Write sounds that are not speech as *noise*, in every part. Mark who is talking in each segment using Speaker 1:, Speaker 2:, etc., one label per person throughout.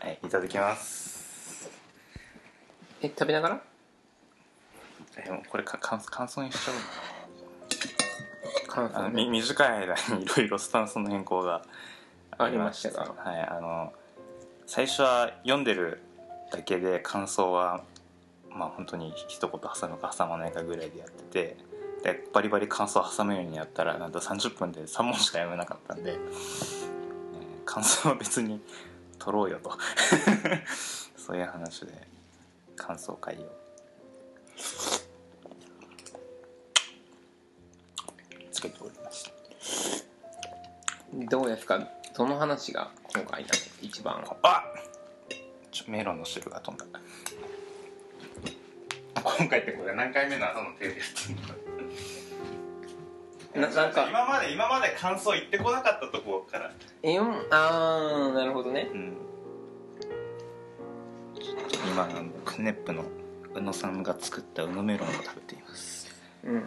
Speaker 1: はいいただきます
Speaker 2: え食べながら
Speaker 1: えもうこれか感感想にしちゃおう
Speaker 2: 感
Speaker 1: あの
Speaker 2: 想
Speaker 1: み
Speaker 2: ね
Speaker 1: 短い間にいろいろスタンスの変更が
Speaker 2: ありました
Speaker 1: あり
Speaker 2: が
Speaker 1: まはいあの最初は読んでるだけで感想はまあ本当に一言挟むか挟まないかぐらいでやっててでバリバリ感想を挟むようにやったらなんと30分で3問しか読めなかったんで、えー感想は別に取ろうよと *laughs* そういう話で感想会をつけておりました
Speaker 2: どうですかその話が今回の一番
Speaker 1: あちょメロンの汁が飛んだ今回ってこれ何回目の朝の手入れやってんの
Speaker 2: ななんか
Speaker 1: 今まで今まで感想言ってこなかったとこから
Speaker 2: えよんあーなるほどね
Speaker 1: うん今あのクネップの宇野さんが作った宇野メロンを食べています
Speaker 2: うん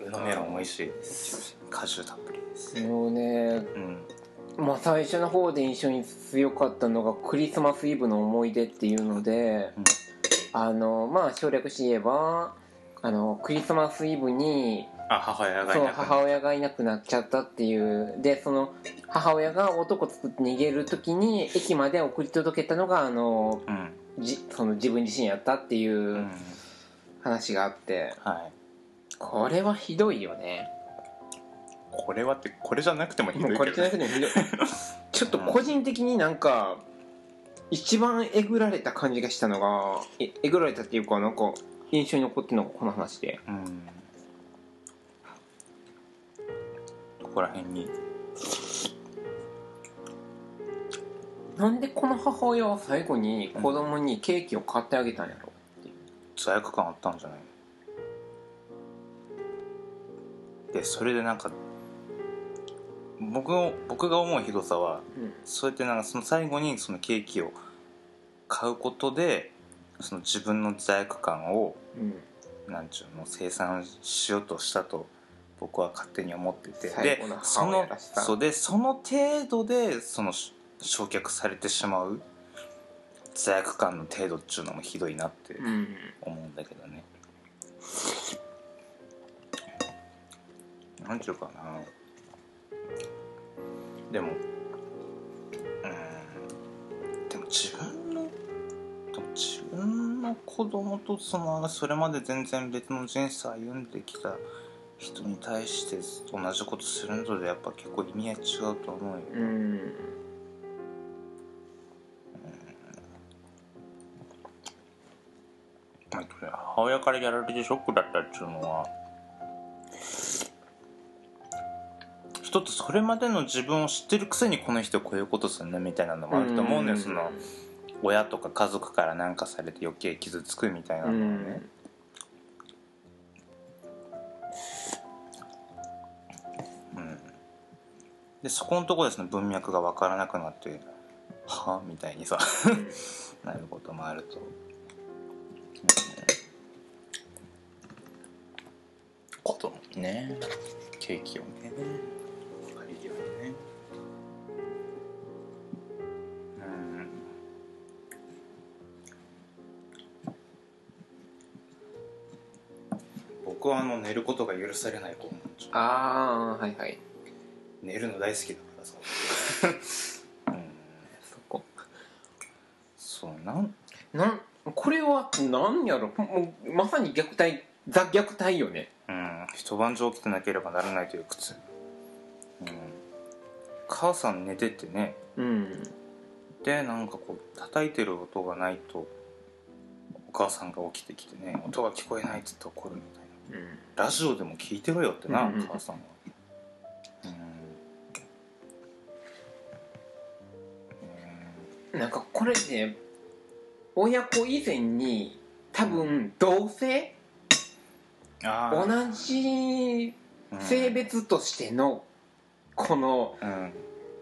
Speaker 1: 宇野メロン美味しいです果汁たっぷりです
Speaker 2: そうね
Speaker 1: うん
Speaker 2: まあ最初の方で印象に強かったのがクリスマスイブの思い出っていうので、
Speaker 1: うん
Speaker 2: あのまあ省略して言えばあのクリスマスイブに
Speaker 1: あ母親がい
Speaker 2: そ
Speaker 1: なく
Speaker 2: う
Speaker 1: なった
Speaker 2: 母親がいなくなっちゃったっていうでその母親が男作って逃げる時に駅まで送り届けたのがあの
Speaker 1: うん、、
Speaker 2: じその自分自身やったっていううん話があって、
Speaker 1: はい
Speaker 2: これはひどいよね
Speaker 1: これはってこれじゃなくてもいいんだ
Speaker 2: もう
Speaker 1: けど
Speaker 2: これじゃなくても
Speaker 1: *laughs*
Speaker 2: ひどいちょっと個人的になんか一番えぐられた感じがしたのがええぐられたっていうかなんか印象に残ってるのがこの話で
Speaker 1: うんここら辺に
Speaker 2: なんでこの母親は最後に子供にケーキを買ってあげたんやろ
Speaker 1: 罪悪感あったんじゃないでそれでなんか僕を僕が思うひどさは
Speaker 2: うん
Speaker 1: そうやってなんかその最後にそのケーキを買うことでその自分の罪悪感を
Speaker 2: うん
Speaker 1: なんちゅうの生産しようとしたと僕は勝手に思ってて
Speaker 2: 最
Speaker 1: で
Speaker 2: 後の
Speaker 1: そ
Speaker 2: 母
Speaker 1: の
Speaker 2: 親らしさ
Speaker 1: そうでその程度でそのし焼却されてしまう罪悪感の程度っちゅうのもひどいなって
Speaker 2: うん
Speaker 1: 思うんだけどね、なんちゅうかなでもうんでも自分のでも自分の子供とそのそれまで全然別の人生歩んできた人に対して同じことするのとでやっぱ結構意味合い違うと思うよ
Speaker 2: うん
Speaker 1: まあそれ母親からやられてショックだったっていうのは一つそれまでの自分を知ってるくせにこの人こういうことするねみたいなのもあると思うねその親とか家族からなんかされて余計傷つくみたいな
Speaker 2: う
Speaker 1: のはね、
Speaker 2: ん
Speaker 1: うん、でそこのところですね文脈が分からなくなって「はあ?」みたいにさ *laughs* なることもあると、うんことねケーキをね借りるようにねうん僕はあの寝ることが許されない子なんですよ
Speaker 2: ああはいはい
Speaker 1: 寝るの大好きだからさ *laughs* うん
Speaker 2: そこ
Speaker 1: そうなん
Speaker 2: なんこれはなんやろもうまさに虐待ザ虐待よね
Speaker 1: うん一晩中起きてなければならないという苦痛うん母さん寝ててね
Speaker 2: うん
Speaker 1: でなんかこう叩いてる音がないとお母さんが起きてきてね音が聞こえないっつって怒るみたい
Speaker 2: うん
Speaker 1: なラジオでも聞いてろよってな、
Speaker 2: うんうん
Speaker 1: 母さんはうん
Speaker 2: なんかこれね親子以前に多分同性
Speaker 1: うんあ
Speaker 2: 同
Speaker 1: ー
Speaker 2: じ
Speaker 1: うん
Speaker 2: 性別としてのこの
Speaker 1: うん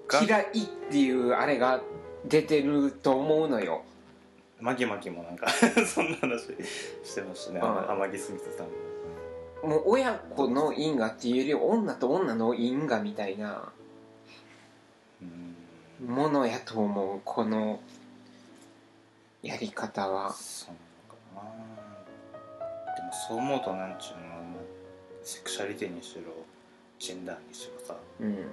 Speaker 1: が
Speaker 2: 嫌いっていうあれが出てると思うのよ
Speaker 1: マギマギもなんか *laughs* そんな話してましたね
Speaker 2: はい
Speaker 1: 天城スミスさんも
Speaker 2: もう親子の因果っていうより女と女の因果みたいな
Speaker 1: うん
Speaker 2: ものやと思うこのやり方は
Speaker 1: そうなのかなでもそう思うとなんちゅうのセクシャリティにしろジェンダーにしろさ
Speaker 2: うん、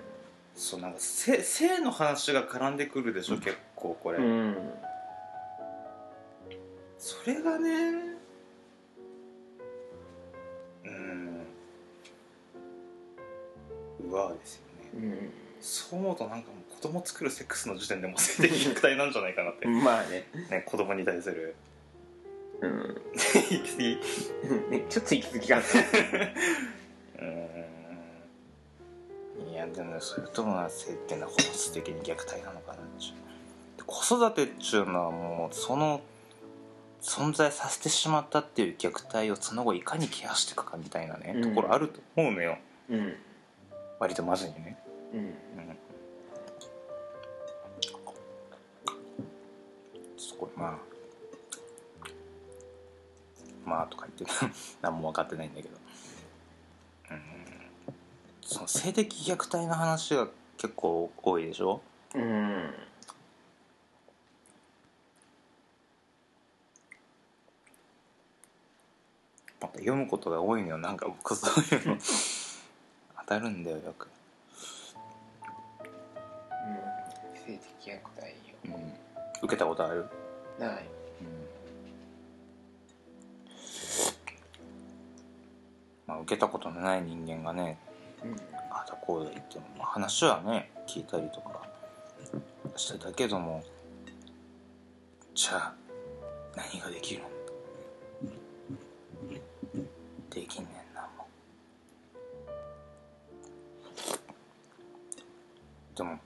Speaker 1: そうなんか性性の話が絡んでくるでしょ、
Speaker 2: うん
Speaker 1: 結構これ、
Speaker 2: うん、
Speaker 1: それがねうんうわーですよねそう思うとなんかもう子供作るセックスの時点でもう性的虐待なんじゃないかなって
Speaker 2: うん、まあね、
Speaker 1: ね子供に対する
Speaker 2: うん、
Speaker 1: *laughs* い
Speaker 2: ねちょっと息づきがあっ
Speaker 1: うんいやでもそれとも性っていうのは本質的に虐待なのかなっちゅうで子育てっちゅうのはもうその存在させてしまったっていう虐待をその後いかにケアしていくかみたいなね、
Speaker 2: うん
Speaker 1: ところあると思うのよ
Speaker 2: たうん
Speaker 1: 割とマジにね、
Speaker 2: うん
Speaker 1: うん、そこまあまあとか言って *laughs* 何も分かってないんだけどうんその性的虐待の話が結構多いでしょ
Speaker 2: うん
Speaker 1: また読むことが多いのよなんか僕そういうの *laughs* 当たるんだよよく、
Speaker 2: 性的虐待
Speaker 1: う
Speaker 2: よ
Speaker 1: ん、受けたことある
Speaker 2: ない
Speaker 1: まあ、受けたことのない人間がね
Speaker 2: うん
Speaker 1: あだこうだ言っても、まあ話はね聞いたりとかしてたけどもじゃあ何ができるんできんねんなもうでも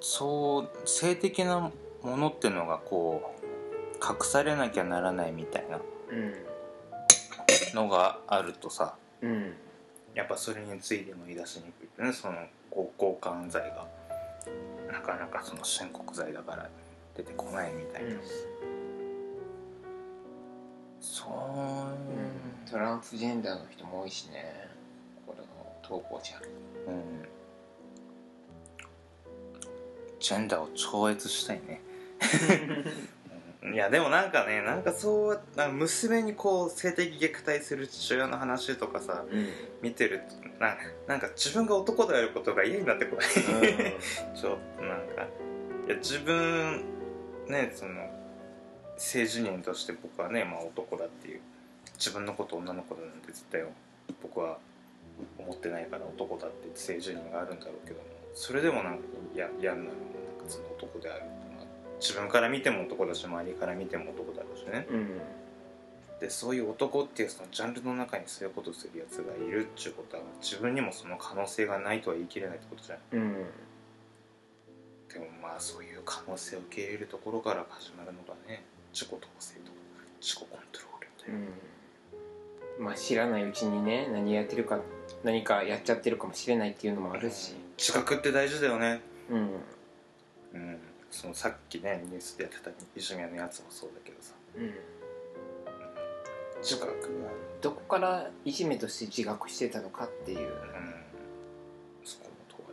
Speaker 1: そう性的なものってのがこう隠されなきゃならないみたいなのがあるとさ
Speaker 2: うんうん
Speaker 1: やっぱそれについても言い出しにくいよねそのこう交換罪がなかなかその申告罪だから出てこないみたいな、そう
Speaker 2: トランスジェンダーの人も多いしねこれの投稿者
Speaker 1: うんジェンダーを超越したいね、うんいやでもなんかねなんかそうなんか娘にこう性的虐待する父親の話とかさ
Speaker 2: うん
Speaker 1: 見てるとななんか自分が男であることが嫌になってこないちょっとなんかいや自分ねその性自認として僕はね、まあ、男だっていう自分のこと女の子だなんて絶対僕は思ってないから男だって性自認があるんだろうけどもそれでもなんかや嫌になるもんなんかその男であるってのは自分から見ても男だし周りから見ても男だろうしね
Speaker 2: うん
Speaker 1: でそういう男っていうそのジャンルの中にそういうことするやつがいるっちゅうことは自分にもその可能性がないとは言い切れないってことじゃん
Speaker 2: うん
Speaker 1: でもまあそういう可能性を受け入れるところから始まるのがね自己統制とか自己コントロールみたいな、
Speaker 2: うんまあ知らないうちにね何やってるか何かやっちゃってるかもしれないっていうのもあるし
Speaker 1: 自覚って大事だよね
Speaker 2: うん
Speaker 1: うんそのさっきねニュースでやってたいじめのやつもそうだけどさ
Speaker 2: うん
Speaker 1: 自覚が
Speaker 2: どこからいじめとして自覚してたのかっていう
Speaker 1: うんそこも問わ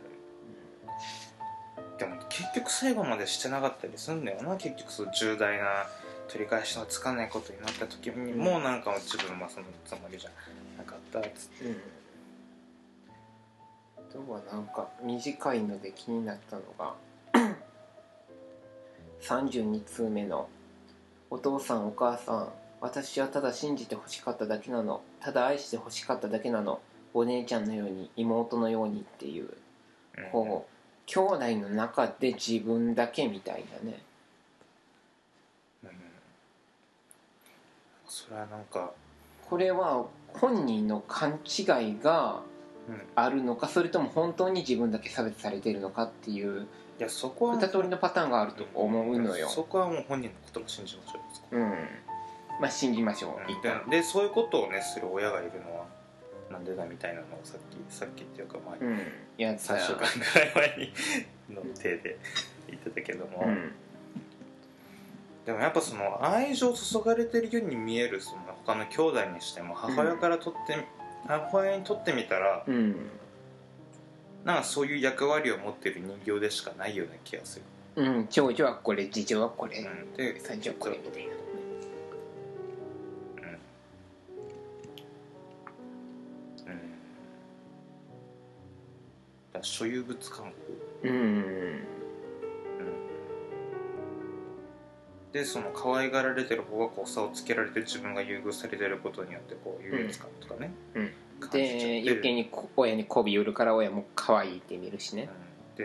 Speaker 1: れるでも結局最後までしてなかったりするんだよな結局そう重大な取り返しのつかないことになった時にもうなんか自分はそのつもりじゃなかったっつって
Speaker 2: うんあとはなんか短いので気になったのが32通目の「お父さんお母さん私はただ信じてほしかっただけなのただ愛してほしかっただけなのお姉ちゃんのように妹のように」っていう
Speaker 1: うん
Speaker 2: こう兄弟の中で自分だけみたいなね
Speaker 1: うんそれはなんか、
Speaker 2: これは本人の勘違いが
Speaker 1: うん、い
Speaker 2: あるのかそれとも本当に自分だけ差別されているのかっていう
Speaker 1: やそこは
Speaker 2: 二通りのパターンがあると思うのよ
Speaker 1: そこはもう本人の言葉信じましょうそこ
Speaker 2: うんまあ信じましょ
Speaker 1: は
Speaker 2: う一旦
Speaker 1: ででそういうことをねする親がいるのはなんでだみたいなのをさっきさっきっていうか前、
Speaker 2: うんやった
Speaker 1: 3週間ぐらい前にの手で言ってた *laughs* けども、
Speaker 2: うん
Speaker 1: でもやっぱその愛情を注がれてるように見えるその他の兄弟 *laughs* にしても母親からとって、母親にとってみたら
Speaker 2: うん
Speaker 1: なんかそういう役割を持ってる人形でしかないような気がする、
Speaker 2: うん長女はこれ次女はこれ、
Speaker 1: うん、で
Speaker 2: 三女はこれみたいな
Speaker 1: うんうんだから所有物感覚
Speaker 2: うん
Speaker 1: でその可愛がられてる方がこう差をつけられて自分が優遇されてることによってこう優越感とかね、
Speaker 2: うん
Speaker 1: 感じちゃって
Speaker 2: で余計にこ親に媚び売るから親も可愛いって見るしね
Speaker 1: うんで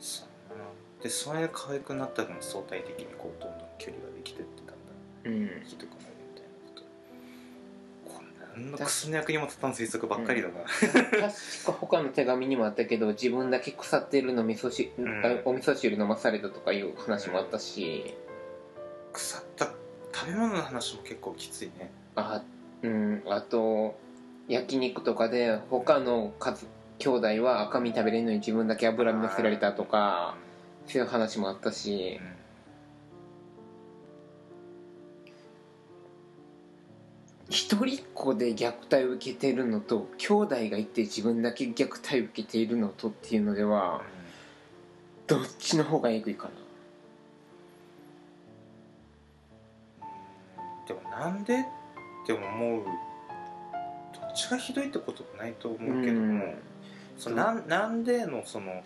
Speaker 1: そうだなでそれで可愛くなった分相対的にこうどんどん距離ができてってだんだん
Speaker 2: うん
Speaker 1: ひどくなるみたいなことこんな何のクソの役にも立たん推測ばっかりだな、
Speaker 2: 確か他の手紙にもあったけど自分だけ腐ってるの味噌汁、
Speaker 1: ん
Speaker 2: あお味噌汁飲まされたとかいう話もあったし、
Speaker 1: 腐った食べ物の話も結構きついね
Speaker 2: あうんあと焼肉とかで他の家族兄弟は赤身食べれるのに自分だけ脂身乗せられたとかそういう話もあったし
Speaker 1: う、ん
Speaker 2: 一人っ子で虐待を受けてるのと兄弟がいて自分だけ虐待を受けているのとっていうのではどっちの方がえぐいかな
Speaker 1: でもなんでって思うどっちがひどいってこともないと思うけども、
Speaker 2: うん
Speaker 1: そのなんなんでのその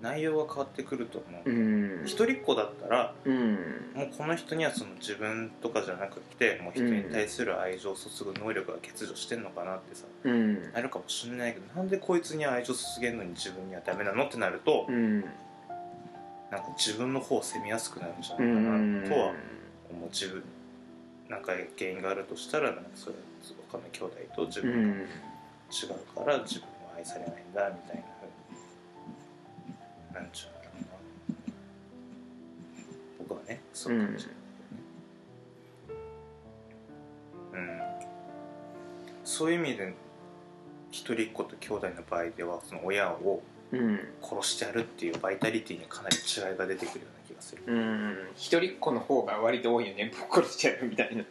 Speaker 1: 内容が変わってくると思う、
Speaker 2: うん
Speaker 1: 一人っ子だったら
Speaker 2: うん
Speaker 1: もうこの人にはその自分とかじゃなくてもう人に対する愛情を注ぐ能力が欠如してんのかなってさ
Speaker 2: うん
Speaker 1: なるかもしれないけどなんでこいつには愛情注げんのに自分にはダメなのってなると、
Speaker 2: うん
Speaker 1: なんか自分の方を責めやすくなるんじゃ
Speaker 2: う
Speaker 1: ないか
Speaker 2: ん
Speaker 1: なとは思う自分なんか原因があるとしたらなんかそれは他の兄弟と自
Speaker 2: う
Speaker 1: 分が
Speaker 2: ん
Speaker 1: 違うから自分は愛されないんだみたいなふうになんちゅうんだろうな僕はねそう感じるんだよねうんそういう意味で一人っ子と兄弟の場合ではその親を
Speaker 2: うん
Speaker 1: 殺してやるっていうバイタリティにかなり違いが出てくるような気がする
Speaker 2: うん一人っ子の方が割と多いよねぼっこりしちゃうみたいな
Speaker 1: うん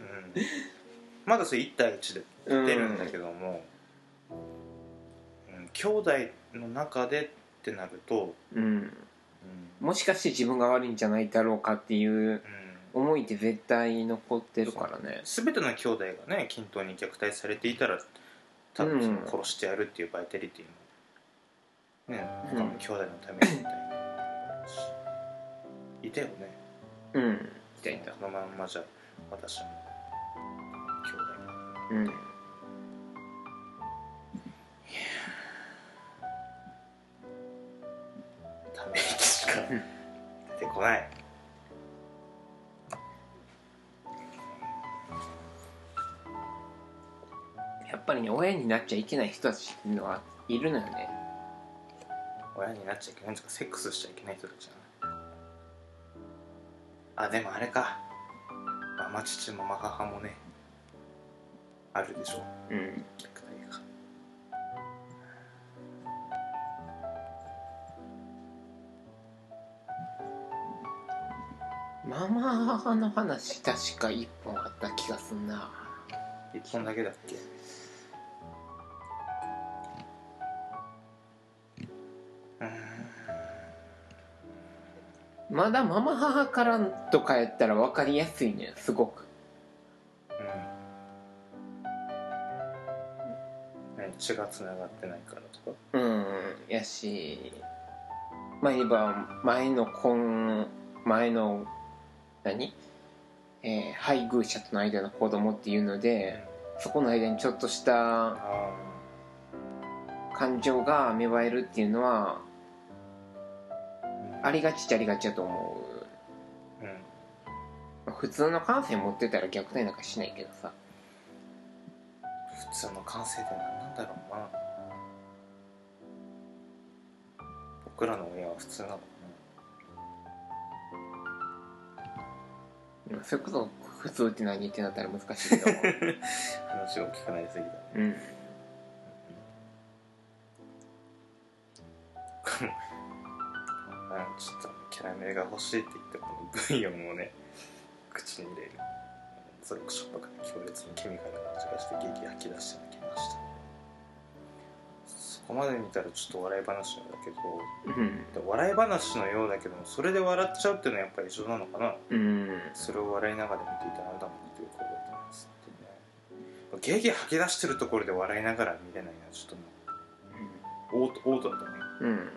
Speaker 1: まだそれ1対1で出るんだけども、うん兄弟の中でってなると、
Speaker 2: うん
Speaker 1: うん
Speaker 2: もしかして自分が悪いんじゃないだろうかっていう
Speaker 1: うん
Speaker 2: 思いって絶対残ってるからね
Speaker 1: 全ての兄弟がね均等に虐待されていたら多分その殺してやるっていうバイタリティも、ね、
Speaker 2: うん
Speaker 1: 他の兄弟のためにみたいな、いたよね
Speaker 2: うんいたいた
Speaker 1: このまんまじゃ私も兄弟
Speaker 2: うん
Speaker 1: ため息しか出てこない。
Speaker 2: やっぱりね親になっちゃいけない人たちっていうのはいるのよね
Speaker 1: 親になっちゃいけないんですかセックスしちゃいけない人たちじゃないあでもあれかママ父ママ母もねあるでしょ
Speaker 2: うん
Speaker 1: 虐待が
Speaker 2: ママ母の話確か一本あった気がすんな
Speaker 1: 一本だけだっけうーん
Speaker 2: まだママ母からとかやったら分かりやすいねすごく
Speaker 1: うん何血がつながってないからとか
Speaker 2: うんやしまあ言えば前の婚前の何えー配偶者との間の子供っていうのでそこの間にちょっとし
Speaker 1: あ
Speaker 2: た
Speaker 1: あ
Speaker 2: 感情が芽生えるっていうのはあ
Speaker 1: れ
Speaker 2: りがちっちゃありがちだと思
Speaker 1: うん
Speaker 2: う普通の感性持ってたら虐待なんかしないけどさ
Speaker 1: 普通の感性って何なんだろうな僕らの親は普通なのか
Speaker 2: まあそれこそ普通って何ってなったら難しいけど
Speaker 1: な話が大きくなりすぎた
Speaker 2: うん
Speaker 1: ね *laughs* あちょっとキャラメルが欲しいって言ってこのブイヨンをね口に入れるそれこそしょっぱくて強烈にケミカルな味がして激吐き出して泣きましたこまで見たらちょっと笑い話なんだけ
Speaker 2: うん
Speaker 1: ど笑い話のようだけどもそれで笑っちゃうっていうのはやっぱり異常なのかな
Speaker 2: うん
Speaker 1: それを笑いながら見ていたのだもんということだと思いますってねゲゲ吐き出してるところで笑いながら見れないのはちょっともうオートオートだと思う
Speaker 2: うん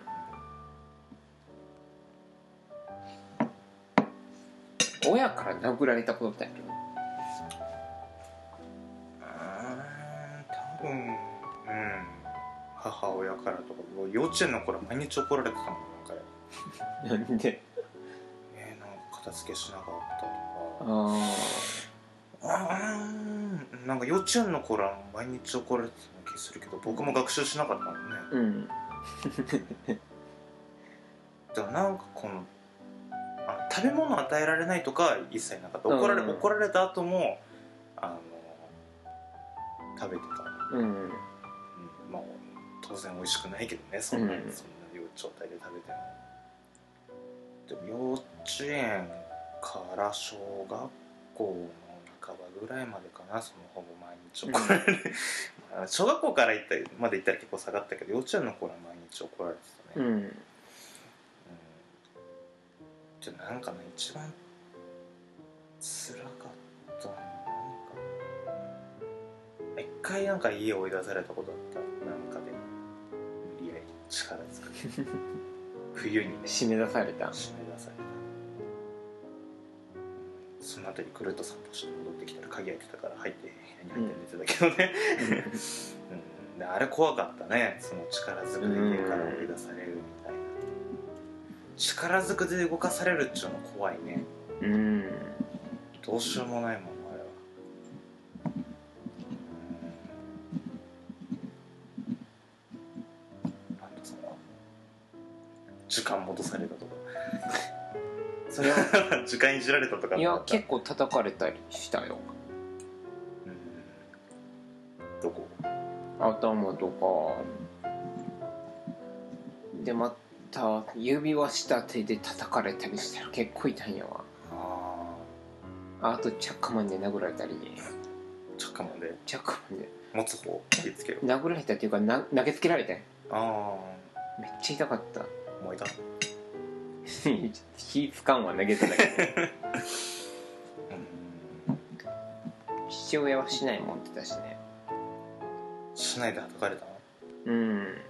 Speaker 2: 親から殴られたことってある
Speaker 1: あー多分うん母親からとかもう幼稚園の頃は毎日怒られてたもんなんか
Speaker 2: なんで
Speaker 1: えー、なんか片付けしなかったとか
Speaker 2: あ
Speaker 1: あーなんか幼稚園の頃は毎日怒られてた気するけど僕も学習しなかったもんね
Speaker 2: あうん
Speaker 1: でもなんかこのあ食べ物与えられないとかは一切なかった怒られ,、
Speaker 2: うん
Speaker 1: 怒られた後もあの食べてた
Speaker 2: うん
Speaker 1: うんまあ当然美味しくないけどねそんな、
Speaker 2: うん
Speaker 1: そんな状態で食べてもでも幼稚園から小学校の半ばぐらいまでかなそのほぼ毎日怒られる、 *laughs* あ小学校から行ったまで行ったら結構下がったけど幼稚園の頃は毎日怒られてた
Speaker 2: う
Speaker 1: ね、
Speaker 2: ん
Speaker 1: うん、でなんかね一番辛かったのは何かな一回なんか家追い出されたことあったなんかで無理やり力つく冬にね
Speaker 2: 締め出された
Speaker 1: 締め出されたその後にくるっと散歩して戻ってきたら鍵開いてたから入って部屋に入って寝てたけどね、うん、であれ怖かったねその力ずくで家から追い出されるみたいな力ずくで動かされるっちゅうの怖いね
Speaker 2: うん
Speaker 1: どうしようもないもんあれはうんあとその時間戻されたとか
Speaker 2: それは
Speaker 1: *laughs* 時間いじられたとか
Speaker 2: い
Speaker 1: もあ
Speaker 2: や
Speaker 1: った
Speaker 2: 結構叩かれたりしたよ
Speaker 1: うんどこ
Speaker 2: 頭とかでまた指輪した手で叩かれたりしたら結構痛いんやわ
Speaker 1: あ
Speaker 2: あとチャッカマンで殴られたり
Speaker 1: あちょっかまで
Speaker 2: チャッカマンで
Speaker 1: 持つ方を気つけろ
Speaker 2: 殴られたっていうかな投げつけられたんや
Speaker 1: あ
Speaker 2: めっちゃ痛かった
Speaker 1: あ思い出す
Speaker 2: *laughs* 火つかんわ投げただけで
Speaker 1: うん
Speaker 2: 父親はしないもんって言ってたしね
Speaker 1: 市内で叩かれたの
Speaker 2: うん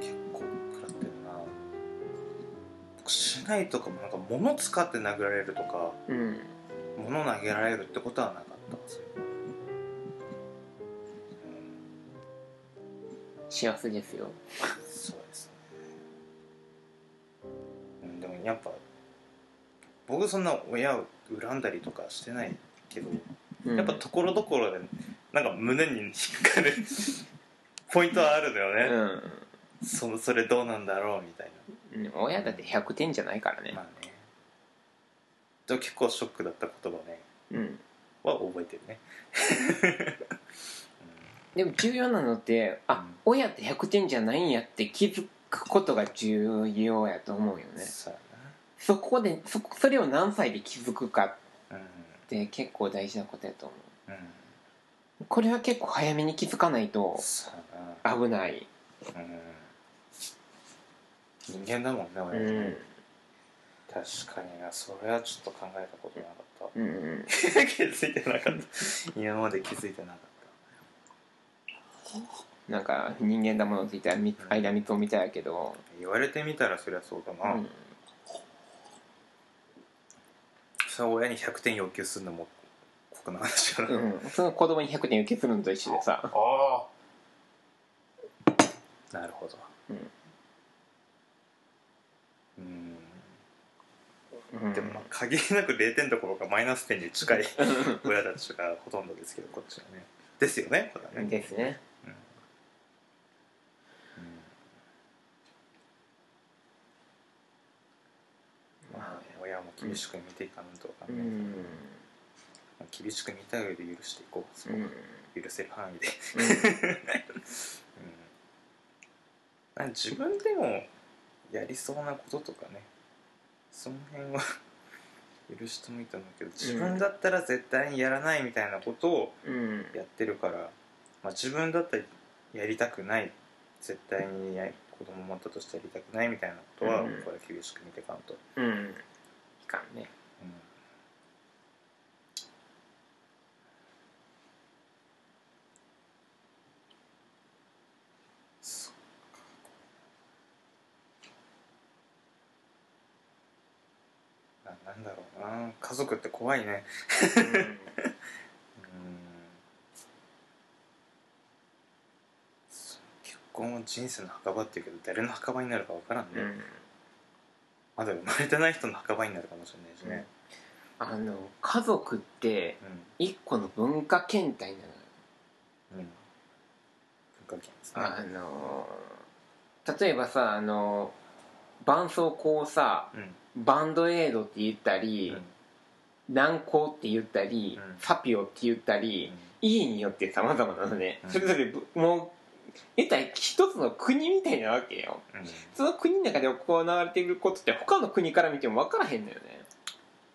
Speaker 1: 結構食らってるな僕市内とかもなんか物使って殴られるとか
Speaker 2: うん
Speaker 1: 物投げられるってことはなかったんですよ、
Speaker 2: 幸せですよ
Speaker 1: うん、そうですねうんでもやっぱ僕そんな親を恨んだりとかしてないけどやっぱところどころでなんか胸に引っかかる *laughs* ポイントはあるのよね、
Speaker 2: うん、
Speaker 1: そそれどうなんだろうみたい
Speaker 2: うん、親だって100点じゃないから
Speaker 1: な
Speaker 2: ね、
Speaker 1: まあねでも結構ショックだった言葉ね
Speaker 2: うん
Speaker 1: は覚えてる
Speaker 2: *laughs*
Speaker 1: ね、
Speaker 2: でも重要なのってあ、親って100点じゃないんやって気づくことが重要やと思うよ
Speaker 1: うん、
Speaker 2: ね
Speaker 1: そう
Speaker 2: そこでそこそれを何歳で気づくか
Speaker 1: やな
Speaker 2: って結構大事なことやと思
Speaker 1: うん、うん、
Speaker 2: うこれは結構早めに気づかないと
Speaker 1: そうや
Speaker 2: 危ない
Speaker 1: な、うん、人間だもんね
Speaker 2: う
Speaker 1: 俺、
Speaker 2: ん
Speaker 1: 確かになそれはちょっと考えたことなかった
Speaker 2: うんう
Speaker 1: *laughs*
Speaker 2: ん
Speaker 1: 気づいてなかっ
Speaker 2: *laughs*
Speaker 1: た今まで気づいてなかっ
Speaker 2: なんか人間だものって言ったらみ間三つをみたいやけど、
Speaker 1: た言われてみたらそりゃそうだ
Speaker 2: う
Speaker 1: な、
Speaker 2: ん、
Speaker 1: それ親に100点要求するのも酷な話だな、あ
Speaker 2: うん、その子供に100点受け継ぐのと一緒でさ
Speaker 1: あなるほど
Speaker 2: うん
Speaker 1: うん
Speaker 2: うん
Speaker 1: でもまあ限りなく0点どころかマイナス点に
Speaker 2: *laughs*
Speaker 1: 近い親たちがほとんどですけどこっちはねですよねこれはね
Speaker 2: ですね
Speaker 1: うんまあ親も厳しく見ていかないとか
Speaker 2: う
Speaker 1: ね、
Speaker 2: ん
Speaker 1: まあ厳しく見た上で許していこう、そこ
Speaker 2: うん
Speaker 1: 許せる範囲で、うん、なんか自分でもやりそうなこととかねその辺は *laughs* 許してもいいと思うけど自分だったら絶対にやらないみたいなことを
Speaker 2: うん
Speaker 1: やってるから、まあ、自分だったらやりたくない絶対にね子供持ったとしてやりたくないみたいなことは、
Speaker 2: うん
Speaker 1: これ厳しく見ていかんと、
Speaker 2: うんいかんね
Speaker 1: そっかななんだろうな家族って怖いねそう結婚は人生の墓場っていうけど誰の墓場になるか分からんね、
Speaker 2: うん、うん、
Speaker 1: まだ生まれてない人の墓場になるかもしれないしね、
Speaker 2: あの家族って一個の文化圏体なのよ
Speaker 1: うんうん文化圏ですね
Speaker 2: あの例えばさあの絆創膏をさ
Speaker 1: うん
Speaker 2: バンドエイドって言ったり、軟膏って言ったり、
Speaker 1: うん
Speaker 2: サピオって言ったり、家によって様々なのね、
Speaker 1: うん
Speaker 2: それぞれぶもう言ったら一つの国みたいなわけよ
Speaker 1: うんうん
Speaker 2: その国の中で行われていることって他の国から見ても分からへんのよね、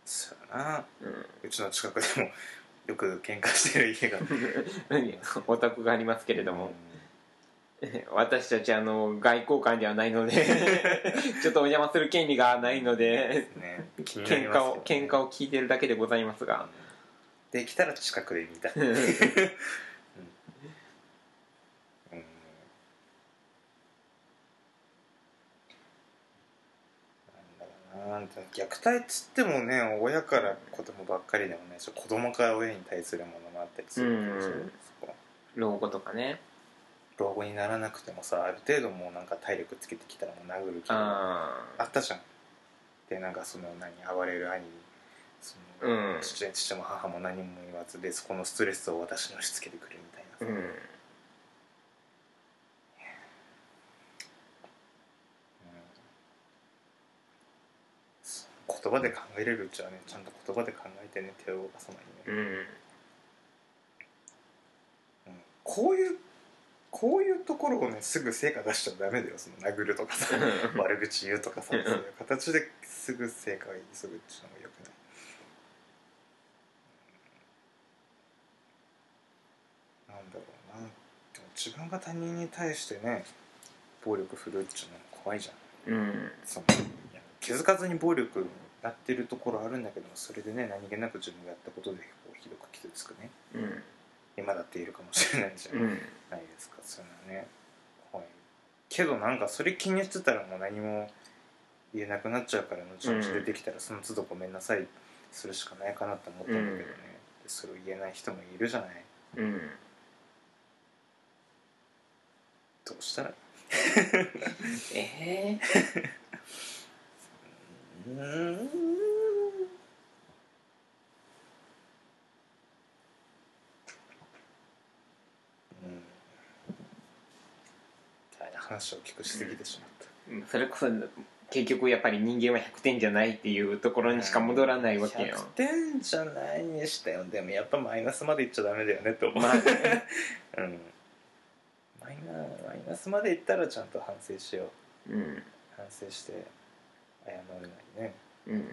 Speaker 1: そうやな
Speaker 2: うん
Speaker 1: うちの近くでもよく喧嘩してる家が
Speaker 2: 何オタクがありますけれども、 *laughs* 私たちあの外交官ではない
Speaker 1: *laughs*
Speaker 2: のでちょっとお邪魔する権利がないので
Speaker 1: ね気になり
Speaker 2: 喧
Speaker 1: ますけ
Speaker 2: 嘩
Speaker 1: ど
Speaker 2: を喧嘩を聞いてるだけでございます
Speaker 1: *laughs*
Speaker 2: が
Speaker 1: できたら近くで見たい、
Speaker 2: うん
Speaker 1: うんなんだろうな虐待っつってもね親から子供ばっかりでもないし子供から親に対するものもあったりするけど
Speaker 2: うん
Speaker 1: そこ
Speaker 2: 老後とかね
Speaker 1: 老後にならなくてもさある程度もうなんか体力つけてきたらもう殴る気が
Speaker 2: あ
Speaker 1: あったじゃんでなんかその何暴れる兄にそ
Speaker 2: あ
Speaker 1: の、
Speaker 2: うん
Speaker 1: 父父も母も何も言わずでそこのストレスを私に押し付けてくるみたいなさ、
Speaker 2: うん
Speaker 1: 言葉で考えれるうちはねちゃんと言葉で考えてね手を動かさないように、
Speaker 2: うん
Speaker 1: うんこういうこういうところをねすぐ成果出しちゃダメだよその殴るとかさ
Speaker 2: *laughs*
Speaker 1: 悪口言うとかさそう
Speaker 2: う
Speaker 1: い
Speaker 2: ん
Speaker 1: う形ですぐ成果を急ぐっていうのもよくないうんなんだろうなでも自分が他人に対してね暴力振るうっていうのも怖いじゃん
Speaker 2: うん
Speaker 1: そのいや気づかずに暴力になってるところあるんだけどもそれでね何気なく自分がやったことでこうひどく傷つくね
Speaker 2: うん
Speaker 1: 今だっているかもしれないじゃ
Speaker 2: うん
Speaker 1: ないですかそういうのはね怖いけどなんかそれ気にしてたらもう何も言えなくなっちゃうから後々出てきたらその都度ごめんなさいするしかないかなと思ったんだけどね、
Speaker 2: うん
Speaker 1: でそれを言えない人もいるじゃない
Speaker 2: うん
Speaker 1: どうしたらいい
Speaker 2: ええ
Speaker 1: うーん大変な話を聞くしすぎてしまった、
Speaker 2: それこそ結局やっぱり人間は100点じゃないっていうところにしか戻らないわけよ
Speaker 1: 100点じゃないにしたよでもやっぱマイナスまでいっちゃダメだよねって思う、
Speaker 2: まあね
Speaker 1: うん、マイナマイナスまでいったらちゃんと反省しよう
Speaker 2: うん
Speaker 1: 反省して謝れないね
Speaker 2: うん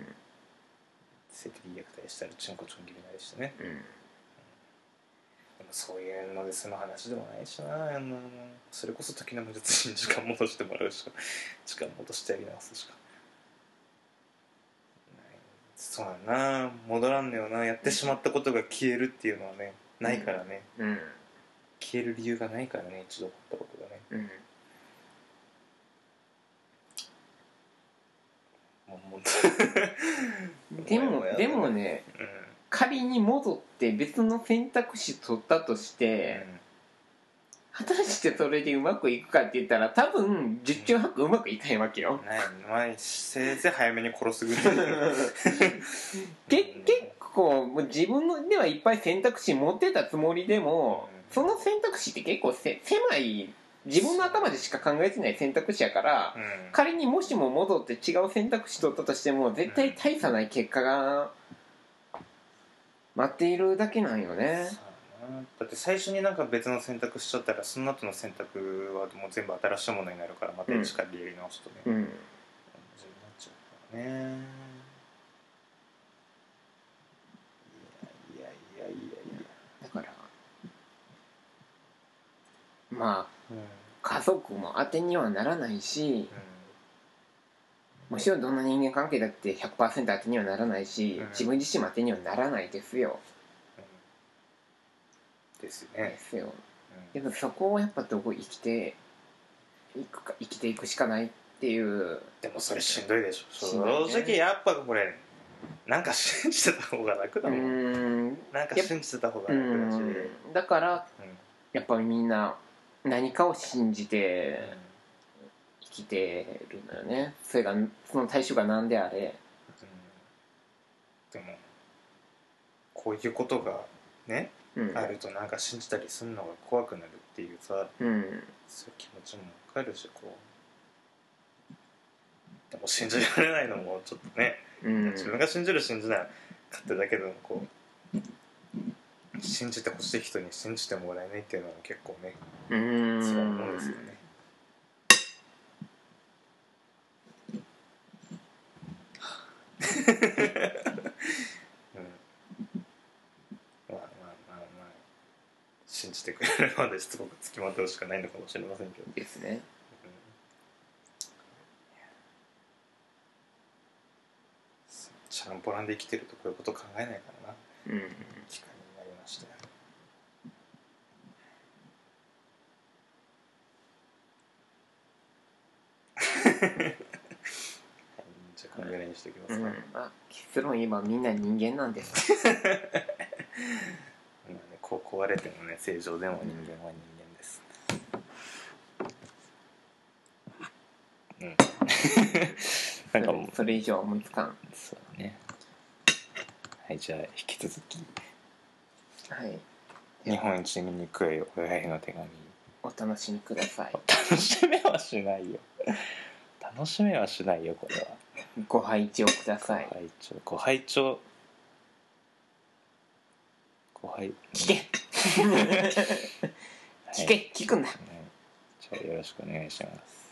Speaker 1: 性的虐待したらチンコチョン切れないしね
Speaker 2: うん
Speaker 1: でもそういうので済む話でもないしなあのそれこそ時の無術に時間戻してもらうしか *laughs* 時間戻してやり直すしかないそうやな戻らんのよなやってしまったことが消えるっていうのはねないからね
Speaker 2: うん
Speaker 1: 消える理由がないからね一度起こったことがね
Speaker 2: うん
Speaker 1: もうも *laughs* う
Speaker 2: でも
Speaker 1: やや
Speaker 2: でもね
Speaker 1: うん
Speaker 2: 仮に戻って別の選択肢取ったとして、果たしてそれでうまくいくかって言ったら多分十中八九うまくいかへんわけよ *laughs*
Speaker 1: うん、ない前せいぜい早めに殺すぐらい
Speaker 2: け結構もう自分のではいっぱい選択肢持ってたつもりでも
Speaker 1: うん
Speaker 2: その選択肢って結構せ狭い自分の頭でしか考えてない選択肢やから
Speaker 1: うん
Speaker 2: 仮にもしも戻って違う選択肢取ったとしても絶対大差ない結果が待っているだけなんよね
Speaker 1: そうやなだって最初になんか別の選択しちゃったらその後の選択はもう全部新しいものになるからまた一からやり直すとね、
Speaker 2: うん
Speaker 1: 感じになっちゃうからねいやいやいやいやいや
Speaker 2: だからまあ
Speaker 1: うん
Speaker 2: 家家族も当てにはならないしもちろんどんな人間関係だって100%当てにはならないし、
Speaker 1: うん
Speaker 2: 自分自身も当てにはならないですよ
Speaker 1: です
Speaker 2: で
Speaker 1: ね、
Speaker 2: すよ
Speaker 1: う
Speaker 2: でもそこをやっぱどこ生きていくか生きていくしかないっていう、
Speaker 1: んでもそれしんどいでしょ
Speaker 2: しんどいね
Speaker 1: 正直やっぱこれなんか信じてた方が楽
Speaker 2: う
Speaker 1: だもん、
Speaker 2: ーん
Speaker 1: なんか信じてた方が
Speaker 2: う
Speaker 1: 楽だし、
Speaker 2: んだから
Speaker 1: うん
Speaker 2: やっぱりみんな何かを信じて
Speaker 1: うん
Speaker 2: 生きてるのよねそれがその対象が何であれ
Speaker 1: でもこういうことがね、
Speaker 2: うん
Speaker 1: あるとなんか信じたりするのが怖くなるっていうさ
Speaker 2: うん
Speaker 1: そういう気持ちもわかるしこうでも信じられないのもちょっとね、
Speaker 2: うん
Speaker 1: 自分が信じる信じない勝手だけどこう信じてほしい人に信じてもらえないっていうのも結構ね
Speaker 2: うーん
Speaker 1: 辛いものですよね。うん *laughs* まあまあまあまあ信じてくれるまでしつこくつきまとうしかないのかもしれませんけど、
Speaker 2: ですね
Speaker 1: うんチャランポランで生きてるとこういうこと考えないからな
Speaker 2: うん
Speaker 1: 機会になりましたよはいじゃあこのぐらいにしておきます
Speaker 2: う
Speaker 1: か、
Speaker 2: ん
Speaker 1: まあね、
Speaker 2: まあ結論今みんな人間なんです
Speaker 1: こう壊れてもね正常でも人間は人間ですうん *laughs* なんかもう
Speaker 2: それ以上は思いつかん
Speaker 1: そうだねはいじゃあ引き続き
Speaker 2: はい
Speaker 1: 日本一醜い親への手紙
Speaker 2: お楽しみください
Speaker 1: 楽しめはしないよ楽しめはしないよこれは
Speaker 2: ご配置をくだ
Speaker 1: ご *laughs*
Speaker 2: さい *laughs*
Speaker 1: 拝聴ご拝聴ご拝
Speaker 2: 聞け
Speaker 1: はい
Speaker 2: 聞け聞くんだ
Speaker 1: うんじゃあよろしくお願いします